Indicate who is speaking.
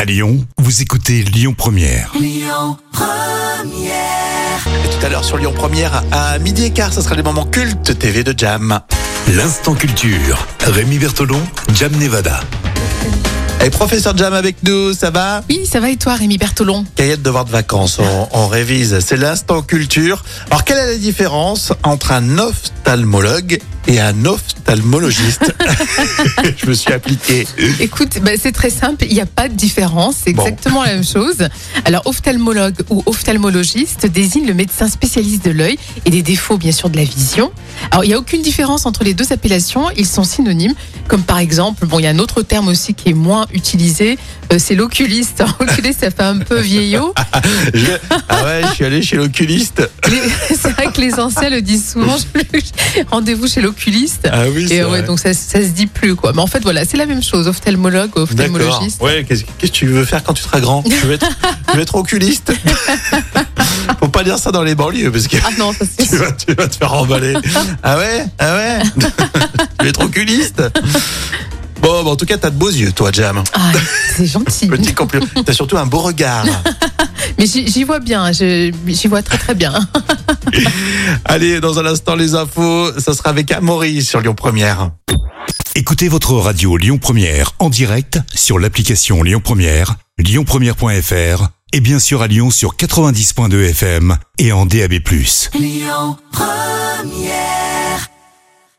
Speaker 1: À Lyon, vous écoutez Lyon Première.
Speaker 2: Et tout à l'heure sur Lyon Première à midi et quart, ce sera les moments cultes TV de Jam.
Speaker 1: L'instant culture. Rémi Bertolon, Jam Nevada.
Speaker 2: Et professeur Jam avec nous, ça va
Speaker 3: Oui, ça va et toi, Rémi Bertolon
Speaker 2: Cahier de devoir de vacances, on, on révise. C'est l'instant culture. Alors quelle est la différence entre un ophtalmologue et un ophtalmologiste Je me suis appliqué.
Speaker 3: Écoute, bah, c'est très simple, il n'y a pas de différence, c'est
Speaker 2: Bon.
Speaker 3: exactement la même chose. Alors, ophtalmologue ou ophtalmologiste désigne le médecin spécialiste de l'œil et des défauts, bien sûr, de la vision. Alors, il n'y a aucune différence entre les deux appellations, ils sont synonymes, comme par exemple, bon, il y a un autre terme aussi qui est moins utilisé, euh, c'est l'oculiste. Oculiste, ça fait un peu vieillot.
Speaker 2: Je- Ah ouais, je suis allé chez l'oculiste.
Speaker 3: Les- C'est vrai que les anciens le disent souvent, je- rendez-vous chez l'oculiste.
Speaker 2: Ah oui,
Speaker 3: Et euh, ouais, donc ça, ça se dit plus quoi. Mais en fait voilà, c'est la même chose, ophtalmologue,
Speaker 2: D'accord.
Speaker 3: ophtalmologiste.
Speaker 2: Ouais, qu'est-ce qu'est-ce que tu veux faire quand tu seras grand Je veux être, je veux être oculiste. Faut pas dire ça dans les banlieues parce que
Speaker 3: Ah non, ça c'est
Speaker 2: tu vas, tu vas te faire emballer. Ah ouais Ah ouais Tu es trop culiste Bon, bah, en tout cas, t'as de beaux yeux, toi, Jam.
Speaker 3: ah, c'est gentil.
Speaker 2: Petit compliment. T'as surtout un beau regard.
Speaker 3: Mais j'y j'y vois bien, je- j'y vois très très bien.
Speaker 2: Allez, dans un instant, les infos. Ça sera avec Amaury sur Lyon Première.
Speaker 1: Écoutez votre radio Lyon Première en direct sur l'application Lyon Première, lyonpremière.fr et bien sûr à Lyon sur 90.2 FM et en DAB+.